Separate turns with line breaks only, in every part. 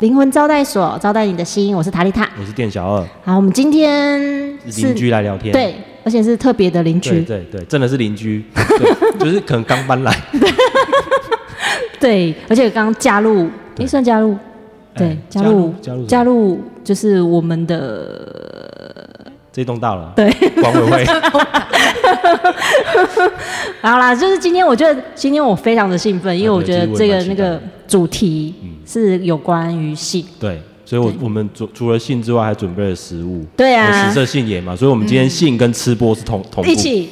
灵魂招待所，招待你的心。我是塔丽塔。
我是店小二，
好，我们今天是
邻居来聊天。
对，而且是特别的邻
对
居，
对对，真的是邻居， 对就是可能刚搬来，
对，而且刚加入，
对
诶，算加入，对
哎，
加入
加入
加
入
入就是我们 的
这栋大楼，啊
对，
管委 会
好啦，就是今天，我觉得今天我非常的兴奋，因为
啊对
我觉得这
其实我
个
也
那
蛮期待嗯的
个主题是有关于性。
对，所以我
对
我们除除了性之外，还准备了食物，
对啊嗯
有食色性也嘛，所以我们今天性跟吃播是同同步
一，起，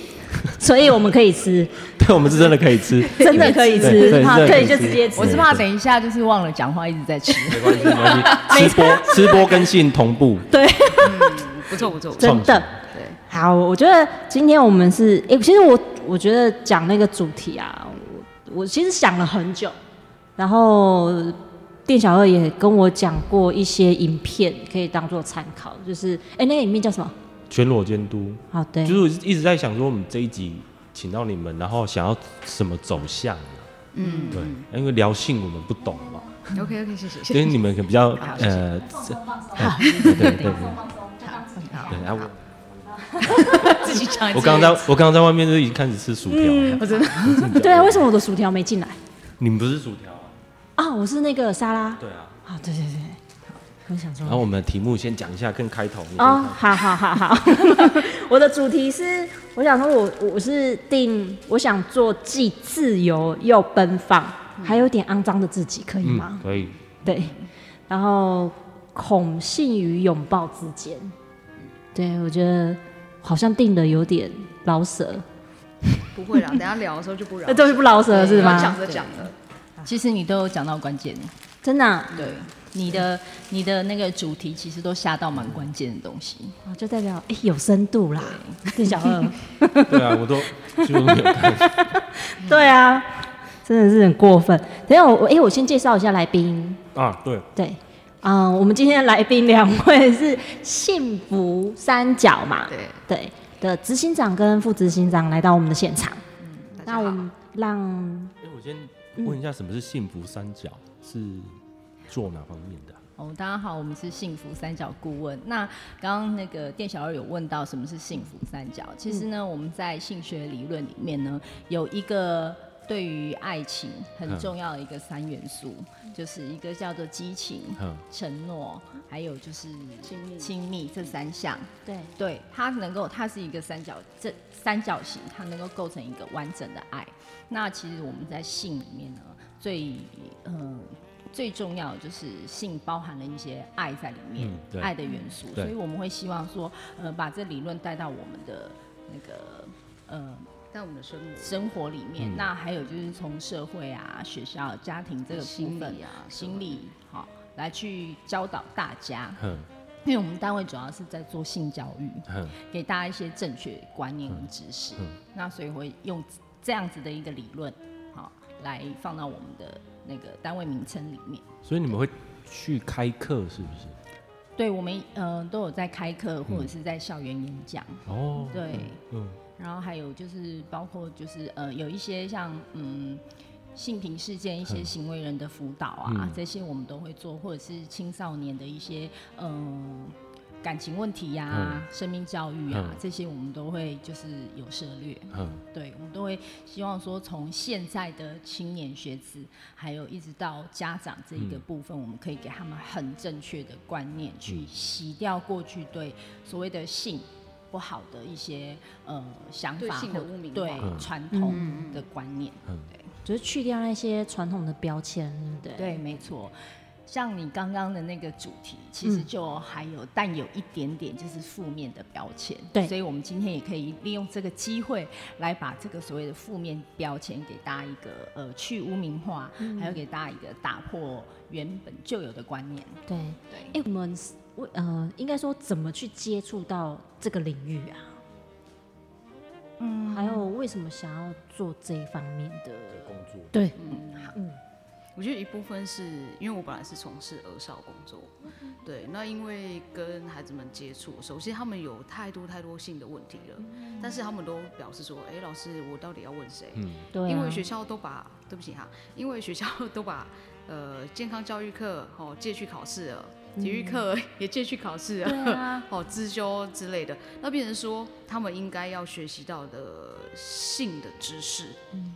所以我们可以吃，
对，我们是真 的可以吃，
真的可以
对对
吃，
真
好
的
可以就直接吃
对
我是怕等一下就是忘了讲话，一直在吃。
没关系没 关系，吃播吃播跟性同步，
对，
不错不错，不错
真的。好，我觉得今天我们是，哎、其实我我觉得讲那个主题啊，我我其实想了很久，然后店小二也跟我讲过一些影片，可以当做参考，就是哎、那个影片叫什么？
全裸监督，
好，对，
就是我一直在想说，我们这一集请到你们，然后想要什么走向啊？嗯，对，因为聊性我们不懂嘛，
OK OK，谢谢
所以你们可能比较
好谢谢
呃，对对对对。
好
对，然后
自己讲一次
我刚刚在，我刚刚在外面就已经开始吃薯条了。
我真的
对啊，为什么我的薯条没进来？
你们不是薯条啊？
啊，我是那个沙拉。
对啊。
啊，对对对，我想
嗯
说
然。后我们的题目先讲一下，跟开头。你先
哦
看，
好好好好， 我的主题是，我想说我，我是定，我想做既自由又奔放，
嗯
还有点肮脏的自己，可以吗
嗯，？可以。
对，然后恐性与拥抱之间，对我觉得好像定的有点老舍，
不会啦，等一下聊的时候 就不聊
那。都是不老舍是
要
吗
讲？着讲着，
其实你都有讲到关键，
真的啊、
对你的你的那个主题其实都下到蛮关键的东西。
哦就代表哎、有深度啦，店小二。
对啊，我都几乎都没有看。
嗯
对啊，真的是很过分。等一下我我哎、我先介绍一下来宾。
啊，对，
对，嗯、我们今天的来宾两位是幸福三角嘛，
对
对的执行长跟副执行长来到我们的现场。
大
那
家
我
好。
们让
哎，我先问一下，什么是幸福三角？是做哪方面的啊？
哦，大家好，我们是幸福三角顾问。那刚刚那个店小二有问到什么是幸福三角，其实呢，我们在性学理论里面呢，有一个对于爱情
嗯
很重要的一个三元素，就是一个叫做激情、
嗯
承诺，还有就是亲密、嗯亲密这三项。
对
嗯
对，它能够，它是一个三角，这三角形它能够构成一个完整的爱。那其实我们在性里面呢，最呃最重要的就是性包含了一些爱在里面，
嗯对
爱的元素，
对
所以我们会希望说，呃，把这理论带到我们的那个呃
但我们的生活、
生活里面。
嗯
那还有就是从社会啊、学校、家庭这个部
心
分
理啊什
心
么
理好、来去教导大家，
哼
因为我们单位主要是在做性教育。
哼，
给大家一些正确观念跟知识。
嗯
那所以会用这样子的一个理论，好来放到我们的那个单位名称里面。
所以你们会去开课是不是？
对我们呃都有在开课或
嗯
者是在校园演讲，
哦，
对，
嗯，
然后还有就是包括就是呃有一些像嗯。性平事件一些行为人的辅导啊，
嗯
这些我们都会做，或者是青少年的一些嗯、呃、感情问题呀、
嗯
生命教育啊，
嗯
这些我们都会就是有涉略。
哼，
对，我们都会希望说，从现在的青年学子，还有一直到家长这
嗯
一个部分，我们可以给他们很正确的观念，
嗯
去洗掉过去对所谓的性不好的一些呃想
对
法
性
或
的污名化
对
嗯
传统的观念。
就是去掉那些传统的标签，对不对？
对，没错。像你刚刚的那个主题，其
嗯
实就还有，但有一点点就是负面的标签。
对
所以我们今天也可以利用这个机会，来把这个所谓的负面标签给大家一个呃去污名化，
嗯
还有给大家一个打破原本就有的观念。
对。哎、
对，
我们是我呃，应该说怎么去接触到这个领域啊？嗯，还有为什么想要做这一方面的？
工作
对，
嗯，好。
我觉得一部分是因为我本来是从事儿少工作，
嗯
对，那因为跟孩子们接触，首先他们有太多太多性的问题了，
嗯
但是他们都表示说，哎、老师，我到底要问谁？
对啊，
因为学校都把，对不起哈，因为学校都把呃健康教育课哦借去考试了，体育
嗯
课也借去考试了，
对啊，
哦自修之类的，那变成说他们应该要学习到的性的知识，
嗯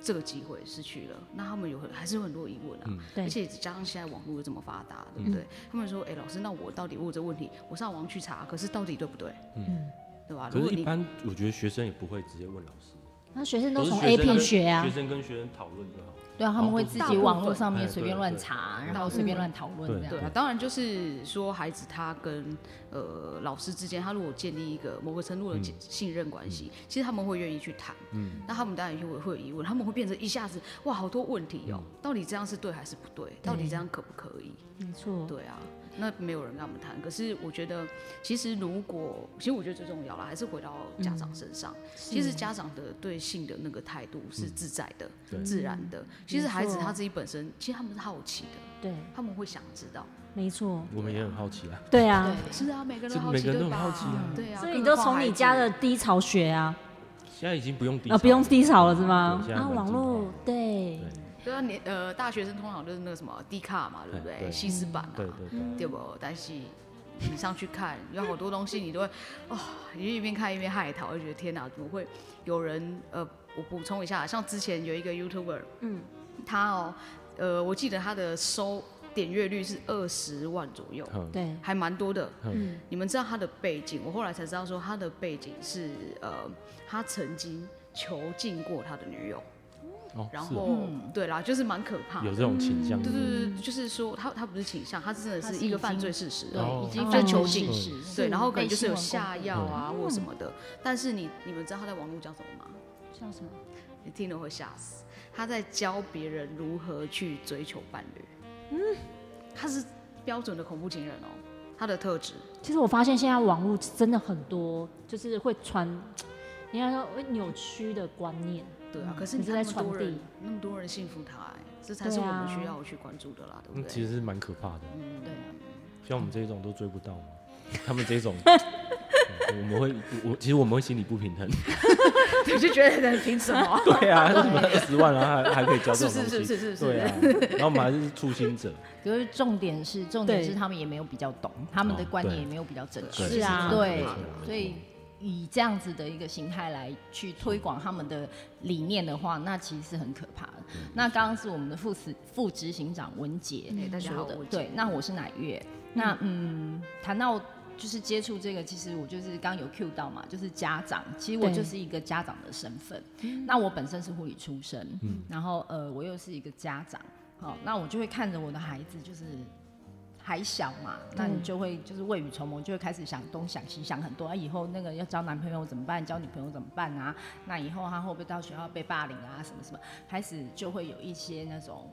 这个机会失去了，那他们有很还是有很多疑问啊。
嗯
对
而且加上现在网络又这么发达，对不对？他们说，哎、老师，那我到底问我这个问题，我上网去查，可是到底对不对？
嗯，
对吧？
可
如果
是，
你
一般我觉得学生也不会直接问老师，
那学生
都
都
是
从
学
A
生跟
片学啊
学，生跟学生讨论就好。
对啊，他们会自己网络上面
哎
随便
对
乱
对
查，
对
然后随
嗯
便乱讨论
对
这样。
对啊，当然就是说，孩子他跟呃老师之间，他如果建立一个某个程度的信信任关系，其实他们会愿意去谈。嗯，那他们当然也会会有疑问，他们会变成一下子哇，好多问题哦，到底这样是对还是不对？到底这样可不可以？
没错，
对啊，那没有人跟他们谈。可是我觉得，其实如果，其实我觉得最重要啦，还是回到家长身上。其实家长的对性的那个态度是自在的、
对
自然的。其实
没
孩子
错
他自己本身，其实他们是好奇的，
对，
他们会想知道。
没错，
我们也很好奇啊，
对啊，
对，
是啊，每个人
这
都好
每
奇，
个人
对
都
吧？
很好奇啊
对啊，
所以
更
你
何
都
况
从
孩
你
子
家的低潮学啊，
现在已经不用低
啊，不用
了
低潮了是吗
对现？在
啊，
蛮
网
进步
络
的
对
对
对啊，你呃，大学生通常都是那个什么低卡嘛，对不
哎
对？
对
西斯版啊，
对对对，
对不？但是呃你上去看，有好多东西你都会哦，你就一边看一边害怕，我就觉得天哪，怎么会有人呃？我补充一下，像之前有一个 YouTuber，
嗯，
他哦，呃，我记得他的收点阅率是二十万左右，
嗯
对，
还蛮多的。
嗯，
你们知道他的背景？我后来才知道说他的背景是呃，他曾经囚禁过他的女友，
哦，
然
是
后、对啦，就是蛮可
啊
怕
有
的。
这种倾
嗯
向，
对对对，就是说他他不是倾向，他是真的
他
是
是
一个
已
犯
经
罪事实了。
哦嗯
对，已经
哦
犯
被囚
罪
禁
事实，
对，然后可能
嗯被
就是
新
有
闻
下
公布
药啊或什么的，但是你你们知道他在网络叫什么吗？
像什么？
你听了会吓死。他在教别人如何去追求伴侣，嗯，他是标准的恐怖情人哦，他的特质，
其实我发现现在网络真的很多，就是会传，应该说会扭曲的观念。
对啊，可是
你嗯
你
是
看那
在
么
传
多人
递，
那么多人信服他、哎，这才是
对
我
啊
们需要去关注的啦，对
嗯
不
其
对？
实是蛮可怕的。
嗯，
对
像我们这种都追不到嘛，他们 这种，嗯我们会，我其实我们会心理不平 衡。
对，我就觉得人凭什么？
对啊，什么二十万然后还还可以交这种
是
东
是
西，
是是是是，
对啊，然后我们还是初心者，
可是重点是，重点
对
是他们也没有比较懂，他们的
哦
观念
对
也没有比较正
对
确。
是啊
对
没错没错，
所以以这样子的一个形态来去推广他们的理念的话，那其实是很可怕的。那刚刚是我们的副司副执行长文杰
嗯
哎大家好
说的
我，是
对，那我是乃月，那嗯，谈到。就是接触这个，其实我就是刚有 cue 到嘛，就是家长，其实我
对
就是一个家长的身份。
嗯
那我本身是护理出身，然后呃，我又是一个家长，好、那我就会看着我的孩子，就是还小嘛，那你就会就是未雨绸缪，就会开始想东想西，想很多。啊、以后那个要交男朋友怎么办？交女朋友怎么办啊？那以后他会不会到学校被霸凌啊？什么什么，开始就会有一些那种，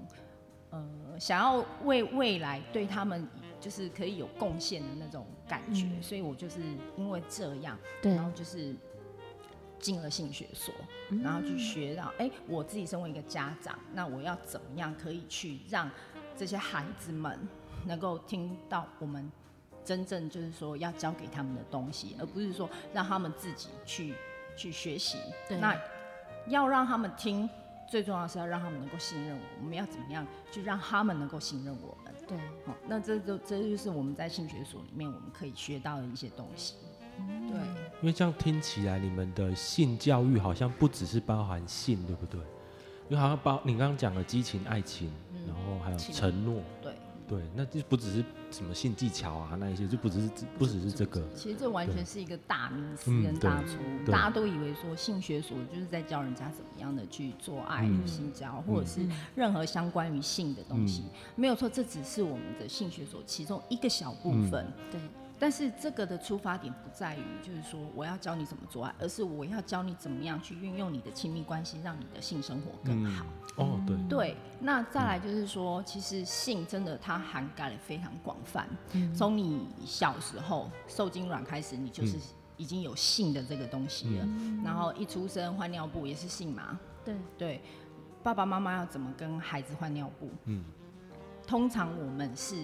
呃，想要为未来对他们就是可以有贡献的那种感觉。
嗯
所以我就是因为这样，
对
然后就是进了性学所，然后去学到，哎、我自己身为一个家长，那我要怎么样可以去让这些孩子们能够听到我们真正就是说要教给他们的东西，而不是说让他们自己去去学习。
对
那要让他们听，最重要的是要让他们能够信任我。我们要怎么样去让他们能够信任我们？
对，
好、那这就这就是我们在性学所里面我们可以学到的一些东西。对。
因为这样听起来，你们的性教育好像不只是包含性，对不对？因为好像包你刚刚讲了激情、爱情，然后还有
情
承诺，
对，
对，那就不只是什么性技巧啊那一些，就不只是不只是这个，
其实这完全是一个大迷思
嗯
跟大错误，
对对
大家都以为说性学所就是在教人家怎么样的去做爱、
嗯嗯
性交，或者是任何相关于性的东西，没有错，这只是我们的性学所其中一个小部分。
嗯
对，
但是这个的出发点不在于就是说我要教你怎么做爱，而是我要教你怎么样去运用你的亲密关系，让你的性生活更好。
哦，对，
对，那再来就是说，其实性真的它涵盖了非常广泛，从你小时候受精卵开始，你就是已经有性的这个东西了，然后一出生换尿布也是性嘛，
对，
对，爸爸妈妈要怎么跟孩子换尿布，
嗯
通常我们是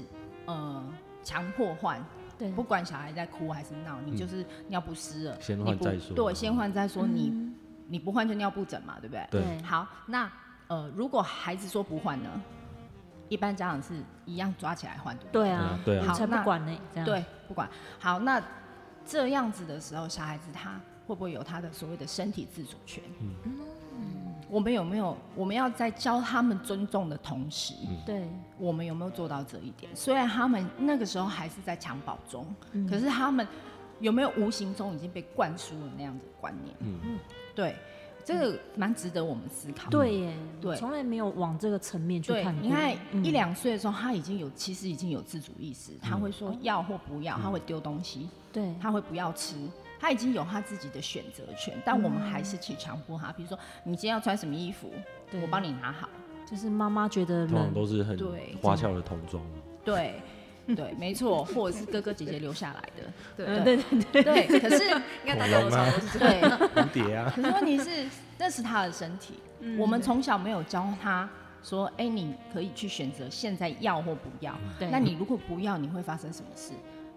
呃强迫换，
对
不管小孩在哭还是闹，你就是尿不湿了，
嗯先
你
换
不
再说
对，先换再说，你你不换就尿布疹嘛，对不对？
对
好，那呃，如果孩子说不换呢，一般家长是一样抓起来换，对不对
对啊，
对啊
我才
好
不
那
管呢，这样
对，不管好，那这样子的时候，小孩子他会不会有他的所谓的身体自主权？
嗯
我们有没有我们要在教他们尊重的同时，
嗯
对
我们有没有做到这一点？虽然他们那个时候还是在襁褓中，
嗯
可是他们有没有无形中已经被灌输了那样子的观念？
嗯，
对，这个蛮值得我们思考的。
对耶，
对
从来没有往这个层面去
对
看，过。嗯
你看一两岁的时候，他已经有其实已经有自主意识，他会说要或不要，他会丢东西，
对
他会不要吃，他已经有他自己的选择权，但我们
嗯
还是去强迫他，比如说你今天要穿什么衣服，
对
我帮你拿好。
就是妈妈觉得
通常
冷，
都是很
对
花俏的童装，
对，对，没错，或者是哥哥姐姐留下来的。
对，
对对对，
对，可 是
应该大家都差不多是这样。
对，
啊 蝴蝶啊，
可是问题是，那是他的身体，我们从小没有教他说，哎、你可以去选择现在要或不要。
对
那你如果不要，你会发生什么事？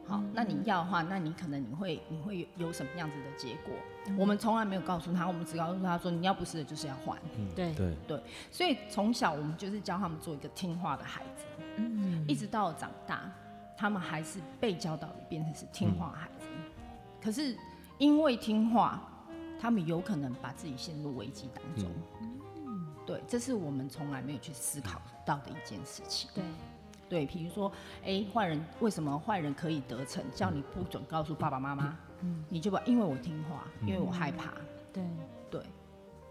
好，那你要的话，那你可能你会你会有有什么样子的结果？我们从来没有告诉他，我们只告诉他说，你要不是的就是要换。
对
嗯对，
所以从小我们就是教他们做一个听话的孩子，一直到长大，他们还是被教导变成是听话孩子。可是因为听话，他们有可能把自己陷入危机当中。对，这是我们从来没有去思考到的一件事情。
对
对，比如说，哎，坏人为什么坏人可以得逞？叫你不准告诉爸爸妈妈，你就把因为我听话，因为我害怕。
对
对，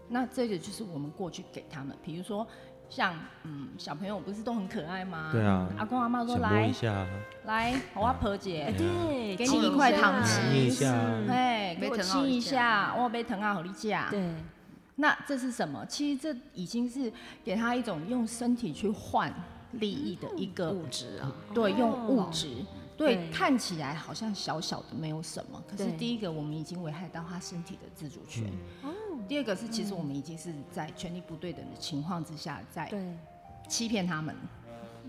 那这个就是我们过去给他们，比如说像嗯小朋友不是都很可爱吗？
对啊
阿公阿妈说
想摸
嗯来
一下，啊
来，我阿婆姐，
哎对，
给
亲
你一块糖
下
吃
哎捏一下
嗯
啊，
哎，
被
给我
疼好
亲
一
一
下
下，我被疼啊，好力架。
对
那这是什么？其实这已经是给他一种用身体去换利益的一个
物质啊，
对，
哦
用物质。
对
对，看起来好像小小的没有什么，可是
对
第一个我们已经危害到他身体的自主权，第二个是其实我们已经是在权力不对等的情况之下在
对
欺骗他们，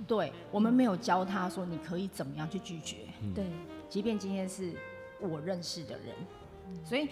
对我们没有教他说你可以怎么样去拒绝，
嗯
对
即便今天是我认识的人，所以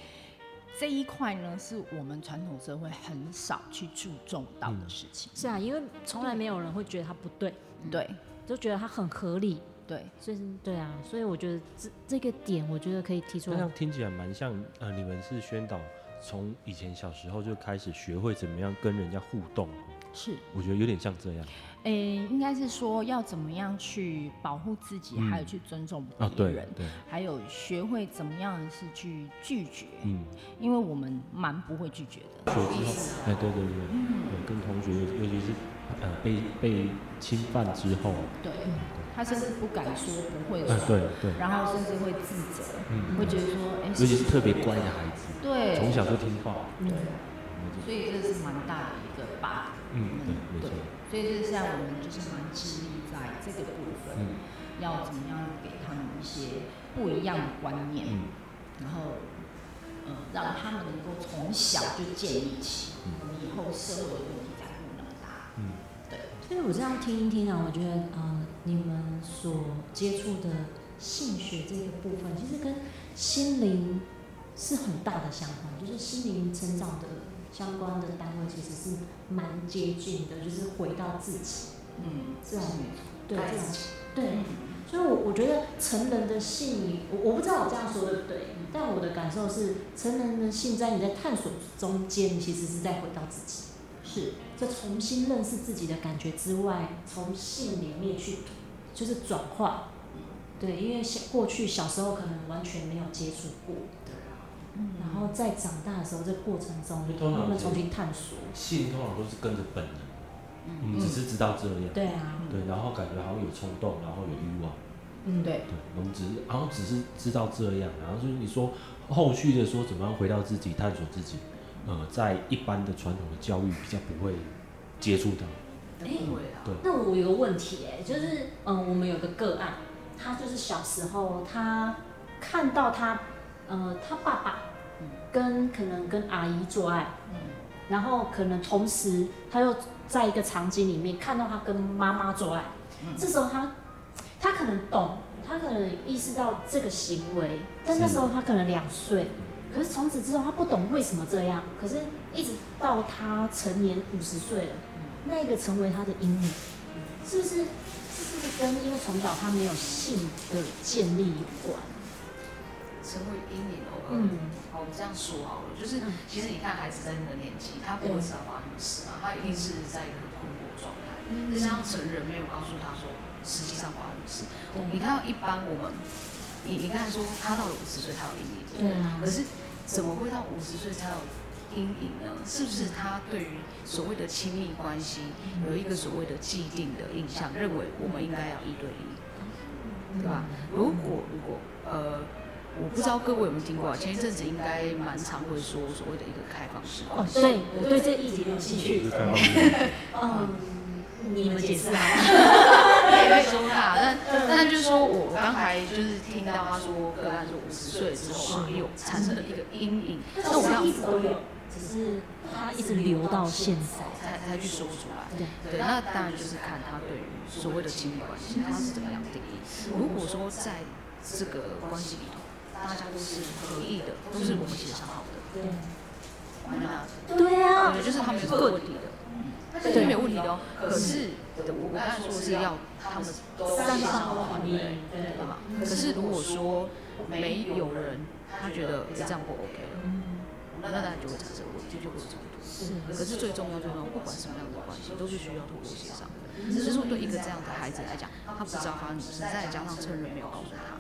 这一块呢是我们传统社会很少去注重到的事情，
是啊，因为从来没有人会觉得他不对，
对
就觉得他很合理，
对
所以是对啊，所以我觉得这这个点，我觉得可以提出
这
来
样。听起来蛮像，呃，你们是宣导从以前小时候就开始学会怎么样跟人家互动，哦
是。
我觉得有点像这样
诶、应该是说要怎么样去保护自己，还有去尊重
啊，
别
对
人，
对，
还有学会怎么样是去拒绝，
嗯，
因为我们蛮不会拒绝的。
学之后，哎，对对对，
嗯
对跟同学，尤其是呃被被侵犯之后，
对，他甚至不敢说，不会
哎，
说，
对对，嗯
然后甚至会自责，会觉得说，哎、
尤其是特别乖的孩子，
对，
从小就听话，
嗯
所以这是蛮大的一个 bug。
嗯，对，没错
对，，所以就是像我们就是蛮致力在这个部分，
嗯
要怎么样给他们一些不一样的观念，
嗯
然后呃让他们能够从小就建立起我们以后社会的问题才不那么大。
嗯，
对，
所以我这样听一听啊，我觉得呃，你们所接触的性学这个部分，其实跟心灵是很大的相关，就是心灵成长的相关的单位其实是蛮接近的，就是回到自己，
嗯，
是啊
没
对
爱
这种
自
对。所以我，我觉得成人的性，我我不知道我这样说对不对，但我的感受是，成人的性在你在探索中间，其实是在回到自己。
是
就重新认识自己的感觉之外，从性里面去就是转化。对，因为小过去小时候可能完全没有接触过，然后在长大的时候，这过程中
就通常
慢慢
是
重新探索。
性通常都是跟着本能，我
嗯
们只是知道这样，
对啊，
对，然后感觉好像有冲动，然后有欲望。
嗯，
对，
对，我们只是好像只是知道这样，然后就是你说后续的说怎么样回到自己探索自己，呃，在一般的传统的教育比较不会接触到，
不会
嗯
啊，
对，
那我有个问题哎、就是嗯，我们有个个案，他就是小时候他看到他呃他爸爸跟可能跟阿姨做爱，
嗯，
然后可能同时他又在一个场景里面看到他跟妈妈做爱，这时候他他可能懂，他可能意识到这个行为，但那时候他可能两岁，可是从此之后他不懂为什么这样，可是一直到他成年五十岁了，那个成为他的阴影，是不是？是不是跟因为从小他没有性的建立有关？
成为阴影哦。
嗯
好，我们这样说好了，就是
嗯
其实你看孩子在那个年纪，他不会知道发生什么事嘛，他一定是在一个很困惑的状态。
嗯
就像成人没有告诉他说实际上发生什么事。你看到一般我们，你你看说他到了五十岁他有阴影，
对啊
可是怎么会到五十岁才有阴影呢？是不是他对于所谓的亲密关系
嗯
有一个所谓的既定的印象，认为我们应该要一对一，
嗯
对吧？如果如果呃。我不知道各位有没有听过啊，前一阵子应该蛮常会说所谓的一个开放式关
哦，
系，
对，我对这议题有兴趣。嗯，你们解释好了。
也被收纳。但但就是说我刚才就是听到他说，个案说五十岁之后嘛，有产生了一个阴影，那
那
我
我
要
一直都有，只是它一直留到现在。
才才去说出来。
对，
对，那当然就是看他对于所谓的亲密关系，他是怎么样定义。如果说在这个关系里头，大家都是合意的，都是我们协商好的，
对，
嗯
那
对啊，
对，就是他们是有问题的，他是没有问题的哦。可是我刚才说的是要他们都
三
协
方
商好
都同意。
对。
对
对吧？可是如果说没有人，他觉得这样不 OK 了，那当然就会产生问题，就会有冲突。
是
可是最重要，最重要，不管什么样的关系，都是需要透过协商的。只是说对一个这样的孩子来讲，他不知道发生什么事，再加上成人没有告诉他，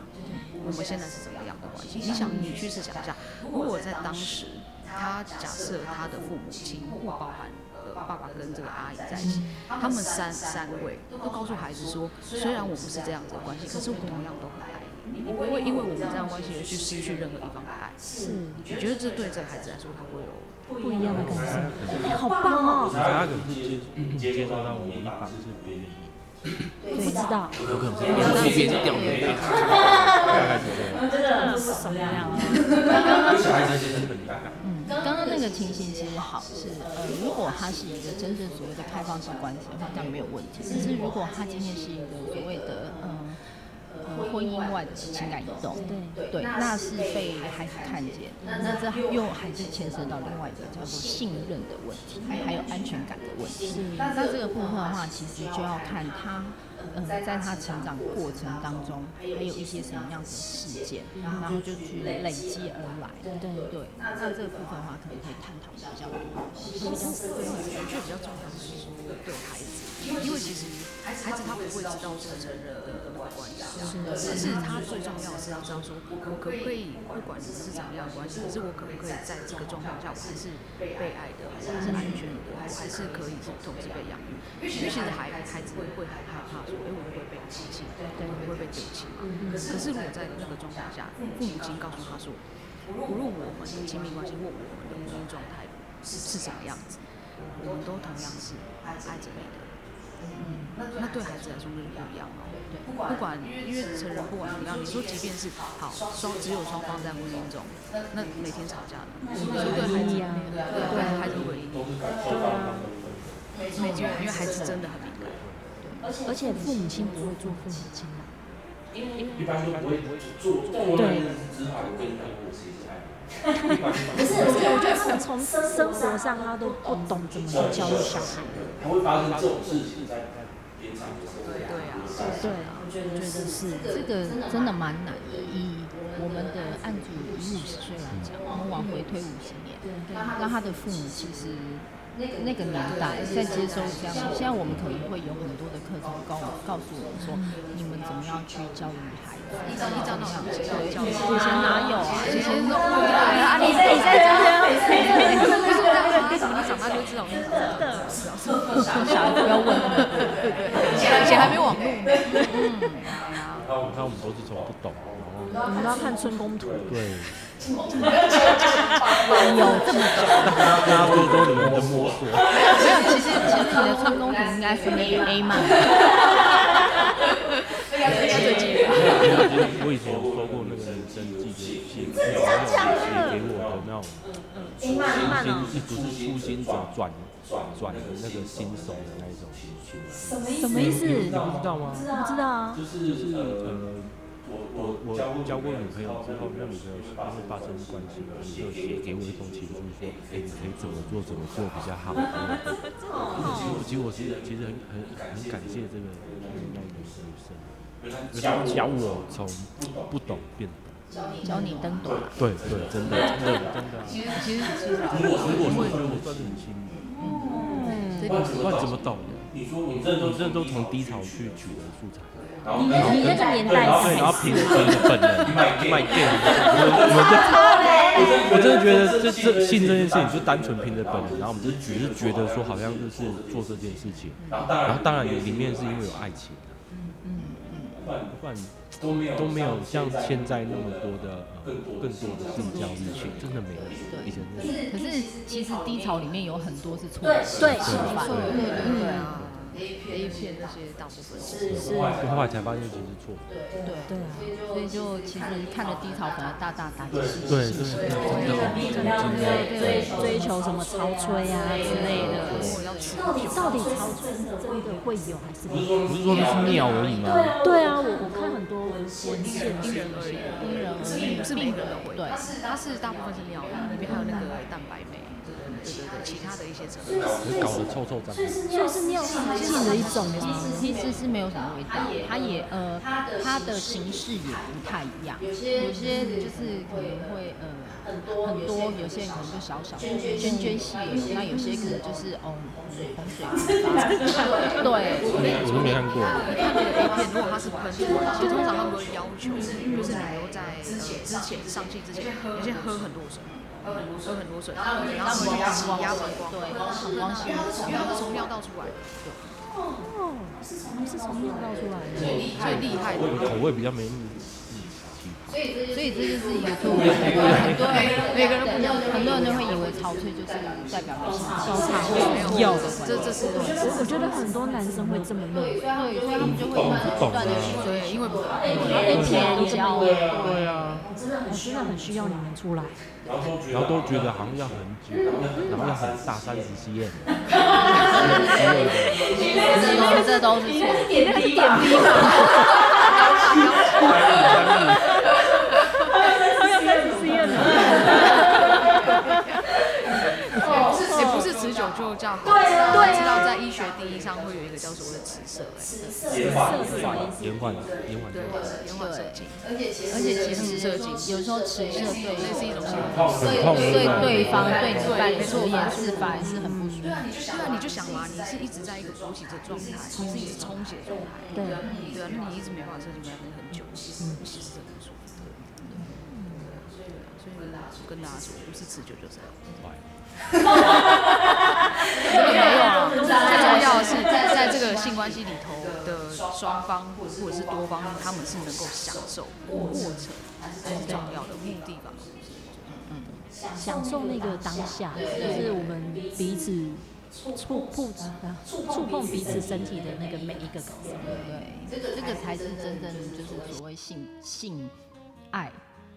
我们现在是怎么样的关系？你想，你去试想一下，如果在当时，他假设他的父母亲或包含呃爸爸跟这个阿姨在一起，他们三三位都告诉孩子说，虽然我们是这样子的关系，可是我同样都很爱你，你不会因为我们这样的关系而去失去任何一方的爱。
是
你觉得这对这个孩子来说，他会有？
不一样的感受，哎好棒哦！
他可能接接接到到我们一般是别人
不知道，
有可能是随便掉的，大概是这样。
我真的很不熟这样哦。
小孩子先生本来
嗯，刚刚那个情形其实好是，呃，如果他是一个真正所谓的开放式关系的话，这样没有问题。只是如果他今天是一个所谓的，嗯、呃，婚姻外的情感移动，对对，那是被孩子看见，那这又还是牵涉到另外一个叫做信任的问题，还有安全感的问题。那这个部分的话，其实就要看他。嗯，在他成长过程当中，还有一些什么样的事件，然后就去累积而来。对对，那这个部分的话，可能可以探讨比较多。
我觉得比较重要的是说对孩子，因为其实孩子他不会知道成人的关系啊，但是他最重要的是要知道说，我可不可以不管是怎么样的关系，可是我可不可以在这个状况下，我还是被爱的，还是安全的，我还是可以同时被养育。因为其实孩孩子会会很害怕说，哎，我会不会被弃弃，会不会被丢弃嘛？可是如果在那个状况下，父母亲告诉他说，无论我们的亲密关系或我们的婚姻状态是是什么样子。我们都同样是爱着你的。嗯，那对孩子来说那就不一样哦。不管因为成人不管怎么样，你说即便是好双只有双方在婚姻中，那每天吵架呢，你说对孩子
一样
对对孩子会有阴影，没错，因为孩子真的很敏感。
而且父母亲不会做父母亲啊，
一般都不会做做那个只好跟他我谁是爱。
可是我觉得，我觉得父母从生活上他都不懂怎么去教育小孩。
才会发生这种事情在延长的时候。
对啊，
对，我觉得是。
这个真的蛮难的。以我们的案主以五十岁来讲，我们往回推五十年，那他的父母其实。那个那个年代在接收这样的，现在我们可能会有很多的课程告告诉我们说，你们怎么样去教育孩子，
一张一张那种教育教育，
以前哪有啊？
以前说我啊，你
你在这边，
就是这样啊，你长大就知道，真的，
说小孩不要问那么多。
以前还没网络。
那我们看我们都是从不懂，然后
我们要看春宫图。
对，
有这么久？
大家都都你们的摸索，
没有，其实其实你的春宫图应该是那个 A 漫，
这个这个最基本。
我以前有收过那个女生寄的信，真的假写给我的那种
你慢慢哦，
新，不是初心者转转的那个新手的那一种，
什么意
什么意思？
你不知道吗？
不知道啊，
就是呃，我我交过女朋友之后，那女朋友因为发生关系，然后就写给我一封情书，说，哎，你可以怎么做怎么做比较好。其实我是其实很很很感谢这个那个女生，她教我从不懂变懂。
教你登短，
对对，真的真的真的。
其实其实其实老
如果如果说我算是很幸运，
所以
不管怎么懂的，
你说我
你
这都
这都从低潮去取得素材，
你那你那个年代
对，然后凭
是
着自己的本能卖 gay，我我真我真的觉得这这性这件事情就单纯凭着本能，然后我们就只是觉得说好像就是做这件事情，然后当然里面是因为有爱情，啊不然
都没有
都没有像现在那么多的呃更多的性教育群，真的没有以前真的没有。
可是其实低潮里面有很多是错
对
错犯，对
对对对
对
啊，A 片那些大部分
是是，啊
就后来才发现其实是错的。
对啊，
所以就其实看了低潮反而大大打击士
对
气。
对对，真的真的。
追追求什么潮吹啊之类的，到底到底潮吹是真的会有还是没有？
不是说那是尿而已吗？
对啊，我我看很多文献现
因人而异，
因人而异
不是每个人都会。
对
它是它是大部分是尿液，里面还有那个蛋白酶，对对对对对，其他的一些成分。
就搞得臭臭脏脏。
所以是尿是很近的一种吗？
其实是没有什么味道，它也呃，它的形式也不太一样，有些就是可能会呃很多，有些人可能就小小的涓涓细流，那有些可能就是哦洪水喷发，对，
我都没看过，
看那个 A 片，如果它是喷出来，其实通常他们会要求，就是你留在呃之前上镜之前，你先喝很多水，喝很多水，喝很多水，然后你要挤压挤压膀胱，
对，光是
因为它是因为它是从尿道出来的，
是从尿道出来的，
最厉害的。
口味比较没那么
所以这就是一个错误，很多人
每个人不一样，
很多人都会以为潮吹就是代表女性气质，
没有，这这是
我我觉得很多男生会这么用。
对，所以他们就会不断的去
对，因为不
被别人教，
对啊，
我真的很需要你们出来。
然后都觉得好像要很久，然后要很大三十 cm，
这这都是错误。
点那个点滴嘛，他要开始实验
也不是持久就叫好。对啊，对知道在医学定义上会有一个叫所谓的迟射，
延缓延缓
对，延缓射精，
而且其实呃有时候持射对
这是一种性
很痛
对
对
对
不
对方对你伴侣也是反而是很不舒服。
对啊，你就想嘛，你是一直在一个勃起的状态，你是一直充血的状态，对啊，对啊，那你一直没办法射精，没办法很久，其
嗯
实其实很不舒服。嗯啊所以跟大家说，跟大家说，不是持久就是好。没有，最重要的是啊在在这个性关系里头的双方或者是多方，他们是能够享受过程，才是重要的目的吧。
享受那个当下，就是我们彼此触碰啊触碰彼此身体的那个每一个感受。
对，这个这个才是真正就是所谓性性爱，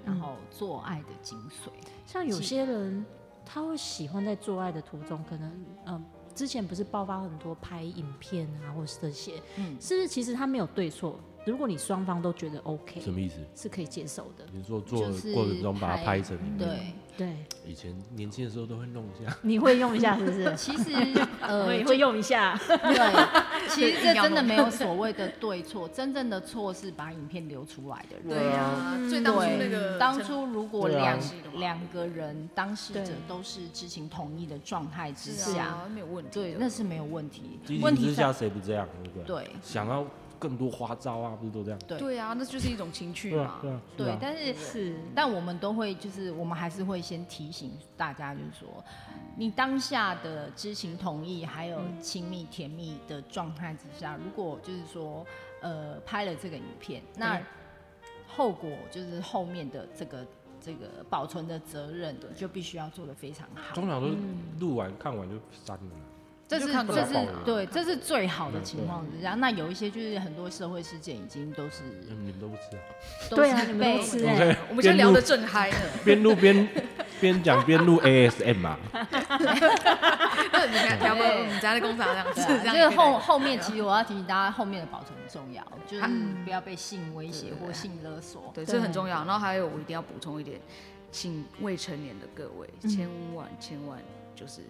然后做爱的精髓。
像有些人，他会喜欢在做爱的途中，可能嗯、呃之前不是爆发很多拍影片啊，或是这些，
嗯
是不是其实他没有对错？如果你双方都觉得 OK，
什么意思？
是可以接受的。
你说做的过程中把它拍成影片，
对，
对，
以前年轻的时候都会弄一下，
你会用一下是不 是？
其实呃，
也会用一下，
对，其实这真的没有所谓的对错，真正的错是把影片流出来的人。
对啊呀，所以当初那个
对，当初如果
对啊
两两个人当事者都是知情同意的状态之
是
下，
啊，没有问题。
对，那是没有问题
激。
问
情
题
之
在
下谁不这样，对不对？
对
想要更多花招啊，不是都这样？
对啊，那就是一种情趣
对
嘛
啊。对啊，
对，
啊。
但是
是
但我们都会就是我们还是会先提醒大家，就是说你当下的知情同意还有亲密甜蜜的状态之下，如果就是说呃拍了这个影片，那后果就是后面的这个。这个保存的责任就必须要做得非常好，
通常都录完看完就删了，
这
就是看
这
过
是
来
对，这是最好的情况之下。那有一些就是很多社会事件已经都是
嗯，你们都不知道。
都
对啊，
是
你们
被
都吃哎、
OK，
我们现在聊的正嗨呢，
边录边边讲边录 ASM 嘛，
你看，要不
对
你家的嗯工厂这样子，
对啊
这
就
样
是
也可以
后
聊
后面，其实我要提醒大家，后面的保存很重要，就是
嗯
不要被性威胁
对
或性勒索。
对，
对
这很重要。然后还有，我一定要补充一点，请未成年的各位
嗯
千万千万就是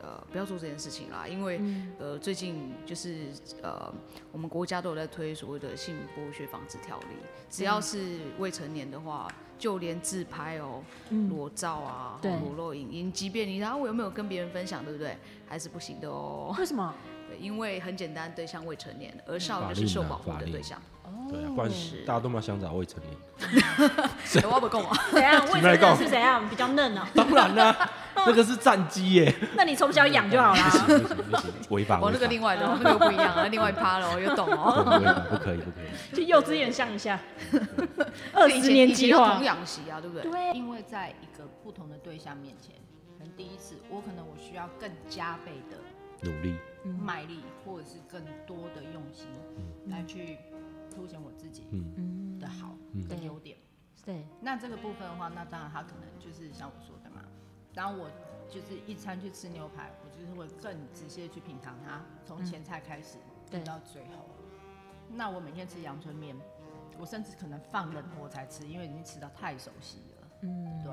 呃不要做这件事情啦，因为
嗯
呃最近就是呃我们国家都有在推所谓的性剥削防治条例，只要是未成年的话，就连自拍哦、
嗯，
裸照啊、
对
裸露影音，即便你然后我有没有跟别人分享，对不对？还是不行的哦。
为什么？
对，因为很简单，对象未成年，而少
法
女
令
是受
啊
保护
法
的
令
对象。
对啊，不然
是
大家都嘛想找未成年，
哎我不够啊，
怎样？为
请
什
来
么
告
是怎样？比较嫩哦、
当然啦，那个是战机耶，
那你从小养就好
不
了。
行不行不行，违法
我
违
那
法
个，另外的，那个不一样啊，另外一趴了，我又懂哦。
对违法不可以不可以，
去幼稚园上一 下，二十年
以前
计
有
划
童。养媳啊，对不对？
对，
因为在一个不同的对象面前，可能第一次，我可能我需要更加倍的
努力，
卖力，或者是更多的用心，来去凸显我自己
嗯
嗯，
的好
嗯
跟优点。
对，
那这个部分的话，那当然他可能就是像我说的嘛，然后我就是一餐去吃牛排，我就是会更直接去品尝它，从前菜开始，
对
到最后。那我每天吃阳春面，我甚至可能放冷锅才吃，因为已经吃到太熟悉了。
嗯，
对，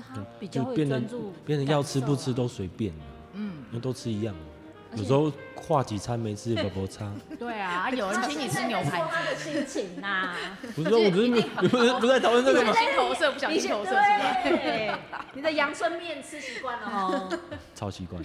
就是他比较
就
会
变
专
得
注，啊
变得要吃不吃，都随便了，
嗯，
因为都吃一样了，
而且
有时候跨几餐没吃也不不差，
对 啊，有人请你吃牛排，
他的心情 呐。
不是我不是你不是不是在讨论这个
不
吗
小？心投射，不小
你
心
先
投射，
啊
是吧？
对，你的阳春面吃习惯了哦。
超习惯，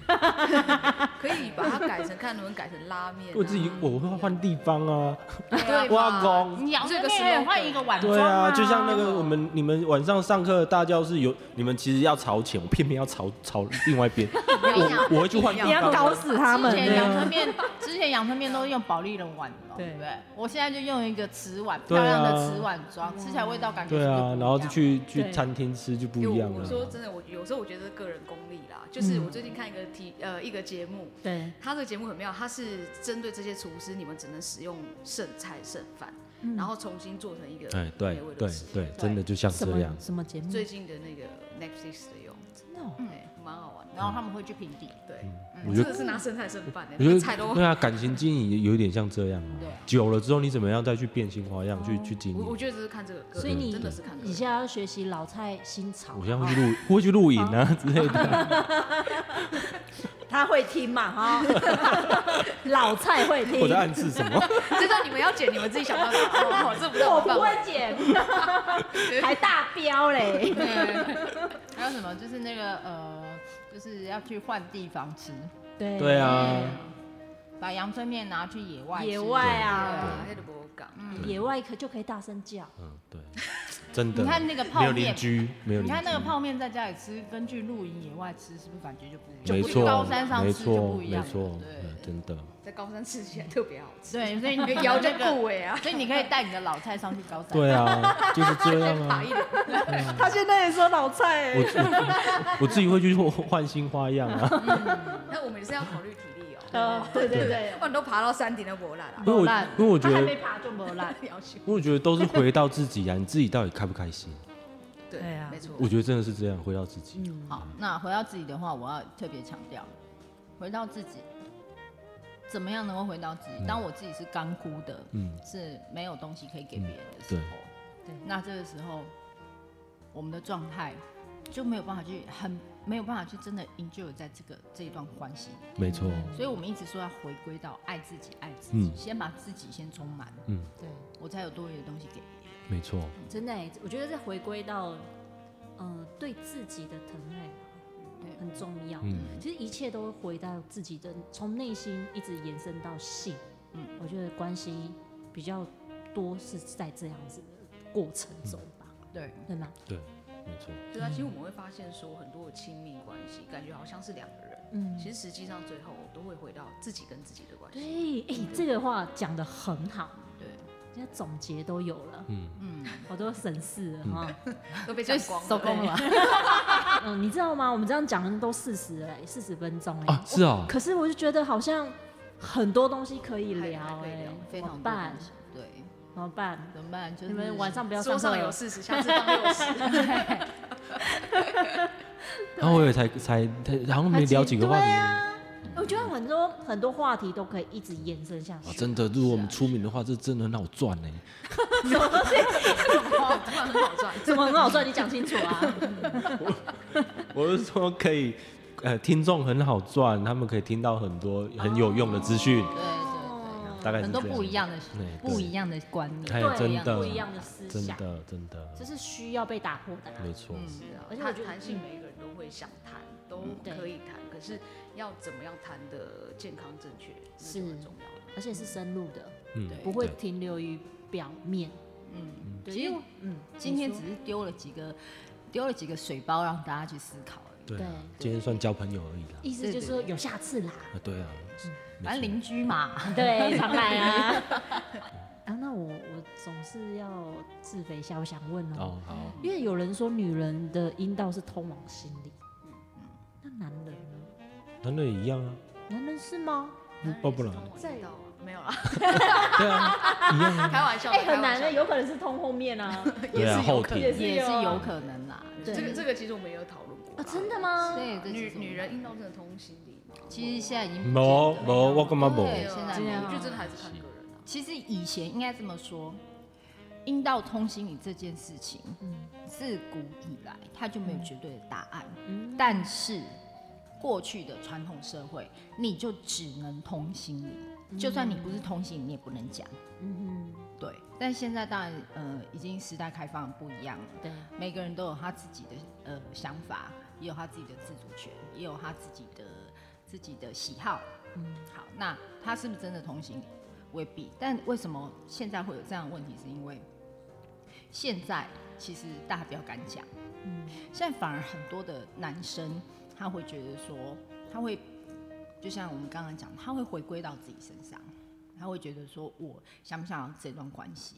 可以把它改成，看能不能改成拉面啊。
我自己我会换地方啊，
对
我
吧
要讲。
你阳春
这个
面也
slogan
换一个碗装
对啊，
啊，
就像那个我们你们晚上上课的大教室有，你们其实要朝前，我偏偏要朝朝另外一 边，我我会去换地
你要
方。
搞死他们
之。前
对
阳
啊
春面，之前阳春面都是用保利龙碗嘛，
对
对不对？我现在就用一个瓷碗，
对
漂
啊
亮的瓷碗装，吃起来味道感觉
对
是不是
啊，
不
然后
一
就
样
去
对
去餐厅吃就不一样啊
我
了。
说真的，我有时候我觉得是个人功力啦，就是我最
嗯
近看一个题呃一个节目，
对，
他这个节目很妙，他是针对这些厨师，你们只能使用剩菜剩饭，
嗯
然后重新做成一个
哎，对
美味的
对
食物
对，真的就像
什
这样
么。什么节目？
最近的那个 Netflix 的有，
真的哦
嗯
哎，蛮好玩的。
然后他们会去评 比，
对，嗯
我觉
真
得
的是拿剩菜剩饭的，
我觉
菜
得
都
对啊，感情经营有一点像这样啊
对哦啊。
久了之后，你怎么样再去变新花样去去经
我我
营？
觉得这是看这个个人，
所以你
真的是看个
以
人。
前要学习老菜新炒。
我现在会去录，会去录影啊之类的。
他会听嘛哈， 老菜会听
我在暗示什 么？
这段你们要剪，你们自己想办法。哦，这不是
我
我
不
办法。
会 剪，还大标嘞。
还有什么就是那个呃，就是要去换地方吃，
对
对，啊，
把阳春面拿去野外吃，
野外啊，
啊，黑的不讲。
野外可就可以大声叫。
嗯，对，真的。
你看那个泡
没有
面
邻居，没有
你
邻
看那个
居。
泡面在家里吃，跟去露营野外吃，是不是感觉就不一样？
没
就不高
错，
山上
没
吃就
错，
不一样了，
没错，嗯
对
真的。
在高山吃起来特别好吃，
对，所以你
摇
摇
着
这
顾
个，
尾啊，
所以你可以带你的老菜上去高山。
对啊，就是这样啊
打。一点。
他现在也说老菜
我我 我自己会去换新花样 啊。
那我们也是要考虑体力哦，
呃，对对对，
不然啊都爬到山顶的博览了。
因为我
不烂
因为我觉
他 还
得
没爬就没烂。
要去，
因为我觉得都是回到自己啊，你自己到底开不开心？
对
对啊
没错。
我觉得真的是这样，回到自己。
嗯
好，那回到自己的话，我要特别强调，回到自己，怎么样能够回到自己？当我自己是干枯的，
嗯，
是没有东西可以给别人的时
对
候，那这个时候，我们的状态就没有办法去很没有办法去真的 enjoy 在这个这一段关系里。
没错，
所以我们一直说要回归到爱自己，爱自己，
嗯
先把自己先充满，
嗯，
对，
我才有多余的东西给别人。
没错，
真的欸，我觉得是回归到，呃，对自己的疼爱
对
很重要。
嗯，
其实一切都会回到自己的，从内心一直延伸到性。嗯
嗯，
我觉得关系比较多是在这样子的过程中吧，
对，
对吗？
对，没错，
对啊，其实我们会发现说，很多的亲密关系感觉好像是两个人，
嗯，
其实实际上最后都会回到自己跟自己的关系。
对，哎、这个话讲的很好。
对，
这现在总结都有了，
嗯，
嗯，
我都省事了哈。
都被
就
讲光
收工了。
嗯，你知道吗？我们这样讲都四十了、欸，四十分钟哎、
啊，是哦，
可是我就觉得好像很多东西可以
还
聊
还可以
哎、
聊
怎
非
么
常多
办
东？西对，
怎么办？
怎么办？就是
你们晚 上不要
桌
上
上
课
有四十，下次放六十。
然后我也才才才好像没聊几个话题
对啊，我觉得很多很多话题都可以一直延伸下
啊，
去。
真的，如果我们出名的话，这真的很好赚 呢。
哇，突然很好赚，
怎么很好赚？你讲清楚啊！
我是说可以，呃，听众很好赚，他们可以听到很多很有用的资讯，
哦
对对
大概
对，
是
很
这
多不一样的
对
不一样的观
哎
对，
念，
真的
不一样的思
真
想，
的真的，
这是需要被打破的啊。
没错，
嗯，
啊
而且我
弹
觉得
弹性每一个人都会想谈，都
对
可以谈，可是要怎么样谈的健康正确，那
是
就很重要了。
而且是深入的，
嗯，
不会
对
停留于表面。
嗯，
对
其
因
实
为嗯，
今天
你
只
说
是丢了几个丢了几个水包让大家去思考而已。
对啊
对，
今天算交朋友而已啦。
意思就是说有下次啦，
啊，对啊，
反正邻居 嘛，
对，常来啊。 啊，那我我总是要自肥一下，我想问哦，
哦好，
因为有人说女人的阴道是通往心里，嗯那男人呢？
男人也一样啊，
男人是吗？
嗯哦不然呢
在
在
没有啦，
对啊，一样啊，
开玩笑的，
哎，很难
开
的，
玩笑
有可能是通后面啊。
对啊，后
也
庭
是
也是
有
有可能啦。
对
这个这个其实我们也有讨论过
啊，
啦
真的吗？
对，这
女
就是
女人阴道真的通心理吗？
其实现在已经不
没
见得
没，我干嘛没？
对现在
没
没
有
有
我觉得真的还是看个人啊。
其实以前应该这么说，阴道通心理这件事情，自古以来它就没有绝对的答案，
嗯
但是过去的传统社会，你就只能通心理，就算你不是通心理，你也不能讲。
嗯
对，但现在当然，呃，已经时代开放不一样了，
哼，对，
每个人都有他自己的呃想法，也有他自己的自主权，也有他自己的自己的喜好。嗯，好，那他是不是真的同行？未必。但为什么现在会有这样的问题？是因为现在其实大家比较敢讲，嗯，现在反而很多的男生他会觉得说，他会就像我们刚刚讲，他会回归到自己身上，他会觉得说我想不想要这段关系，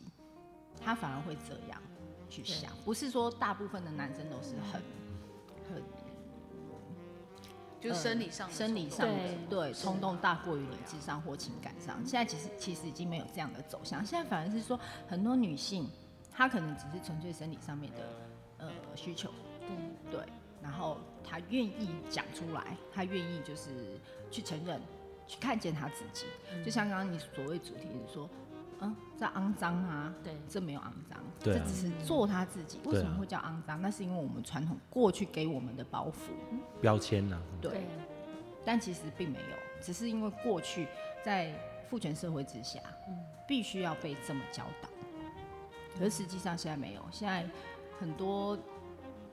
他反而会这样去想，不是说大部分的男生都是很很
就是生理上的冲
生
动，
理上的
对
对冲动大过于理智上或情感上。现在其实其实已经没有这样的走向，现在反而是说很多女性她可能只是纯粹生理上面的呃需求，对对，然后她愿意讲出来，她愿意就是去承认，去看见她自己。就像刚刚你所谓主题是说，嗯，这肮脏啊，
对
这没有肮脏，
对
这
啊
只是做她自己。为
对
什么
啊
会叫肮脏？那是因为我们传统过去给我们的包袱，
标签
啊
呐，
哎
对。但其实并没有，只是因为过去在父权社会之下，必须要被这么教导。可是实际上现在没有，现在很多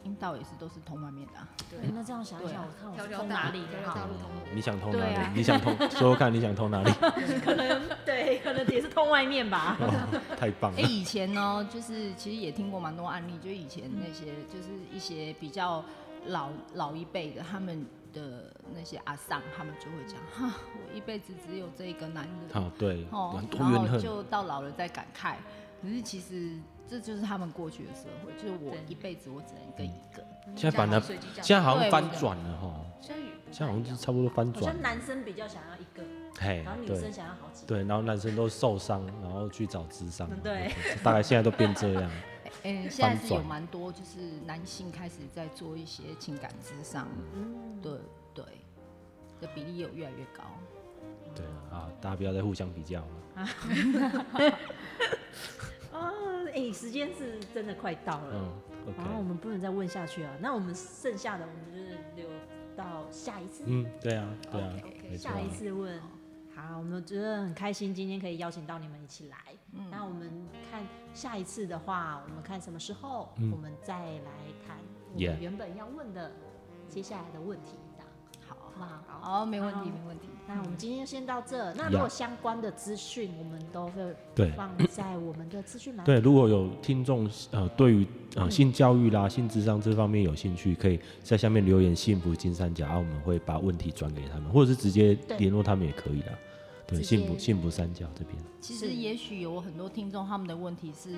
阴道也是都是通外面的啊、
对，啊那这样想一想，我看我
条
是
条
从
大
哪
路
里
条条大
好？
路通罗马。
你想通哪
对啊
里？你想通，说说看你想通哪里？
可能对，可能也是通外面吧。
哦太棒
哎、
了，
以前呢，就是其实也听过蛮多案例，就以前那些就是一些比较老老一辈的，他们的那些阿丧，他们就会讲，哈，我一辈子只有这一个男人，
好对，
哦
很，多
然
怨
后
恨，
就到老了再感慨。可是其实这就是他们过去的社会，就是我
对
一辈子我只能跟一个。
现在反而
随机讲
现在好像翻转了哈，
现在也不太
现在好像
一
是
样
差不多翻
好
转
像
了，
男生比较想要一个，
嘿
然后，女生嗯
对
想要好几个。
对，然后男生都受伤，然后去找智商，
对，
大概现在都变这样，
嗯，现在
翻
是有
转
蛮多就是男性开始在做一些情感智商，
嗯
对对的比例有越来越高。
对啊，大家不要再互相比较了，
啊，哎、时间是真的快到了，
嗯
然后我
，OK，
们不能再问下去了。那我们剩下的，我们就是留到下一次，
嗯，对啊，对啊，没
哎
下
错啊
一，次问。好，我们觉得很开心，今天可以邀请到你们一起来。
嗯
那我们看下一次的话，我们看什么时候，
嗯
我们再来谈我
Yeah
们原本要问的接下来的问题，这样
好
好，不好？
好，没问题，
好
没问题。
嗯
嗯
那我们今天就先到这。那如
嗯 Yeah
果相关的资讯，我们都会
对。
放在我们的资讯栏。
对，如果有听众呃对于呃性教育啦、性智商这方面有兴趣，可以在下面留言“幸福金三角”，啊，我们会把问题转给他们，或者是直接
对
联络他们也可以啦。对，
直
幸福
接
幸福三角这边，
其实也许有很多听众他们的问题是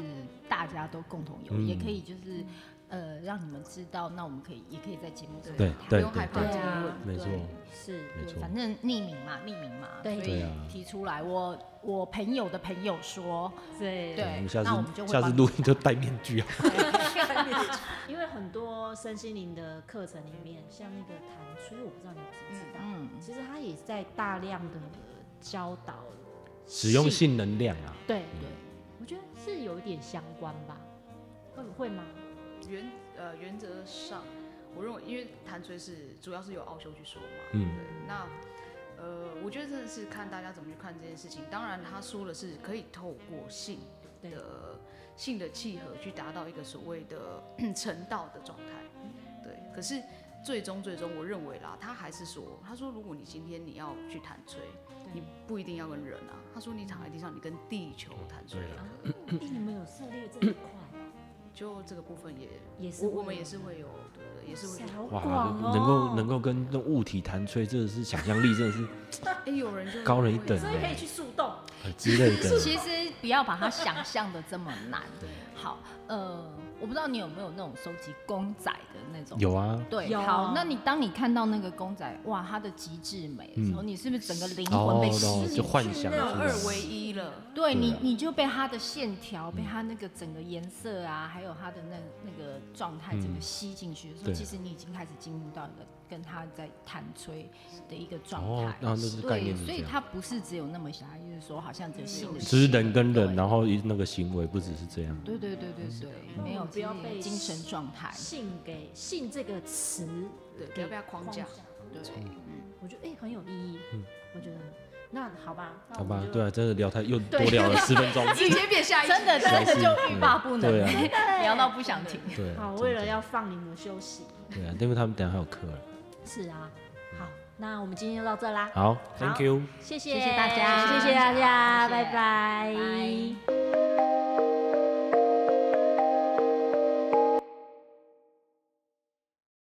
大家都共同有，
嗯
也可以就是呃让你们知道，那我们可以也可以在节目中
对
不
对
用害怕
对
这个问
啊
题。
没错，
对
是
没
对
错，
反正匿名嘛，匿名嘛，
对
所
对
以
啊
提出来，我我朋友的朋友说，
对
对
我们下
那我们就
次
会
下次
帮
录音就戴面具啊，
因为很多身心灵的课程里面，像那个弹出，我不知道你知不知道，
嗯，
其实他也在大量的教导，
使用性能量啊，
对
对，
我觉得是有一点相关吧，会不会 吗？
原呃原则上，我认为因为弹吹是主要是由奥修去说嘛，
嗯
对，那呃我觉得真的是看大家怎么去看这件事情。当然他说的是可以透过性
对
的性的契合去达到一个所谓的 成道的状态，对，可是。最终，最终，我认为啦，他还是说，他说，如果你今天你要去弹吹，你不一定要跟人啊。他说，你躺在地上，你跟地球弹吹
对
也
啊
可以
哎、你们有涉猎这一块，
就这个部分也，
也是
我我们
会
也是会有，对对，也是会
塞
去
好
哇
广哦，，
能够能够跟那种物体弹吹，真的是想象力真的是
哎，有人就
高人一等欸
所以可以去树洞，
呃之类的，
其实不要把它想象的这么 难。好，呃，我不知道你有没有那种收集公仔的那种。
有啊，
对，
有
好，那你当你看到那个公仔，哇，它的极致美的时候，你是不是整个灵魂
哦
被吸
嗯哦
引
就幻想
那种
出
二
来
为一了，
对
对你
啊，嗯
你就被它的线条，被它那个整个颜色啊，还有它的那那个状态，整个吸进去的时候，
对啊
其实你已经开始进入到一个跟它在弹吹的一个状
哦
态。
那那是概
对
念，是
所
这
以
样。嗯
它不是只有那么狭义，就是说好像只有性的，
只是人跟人，啊
对
然后一那个行为不只是这样。
对对对对对，没有
嗯不要被
精神状态，
嗯
性给性这个词，
对，不要被他框架。
对，
我觉得哎、很有意义，我觉得那好吧，那
嗯
我
好
们
吧，
就
对啊，真的聊太又多聊了十分钟，
直接变下一集
真的真的就欲罢不能
对啊，
聊到不想停。
对啊，
好，
真
为了
的
要放你们休息，
对啊，因为他们等一下还有课了。
是啊，好，那我们今天就到这啦，
好，Thank you。
谢谢
谢谢大家
谢谢大家，
谢
拜
谢
拜
拜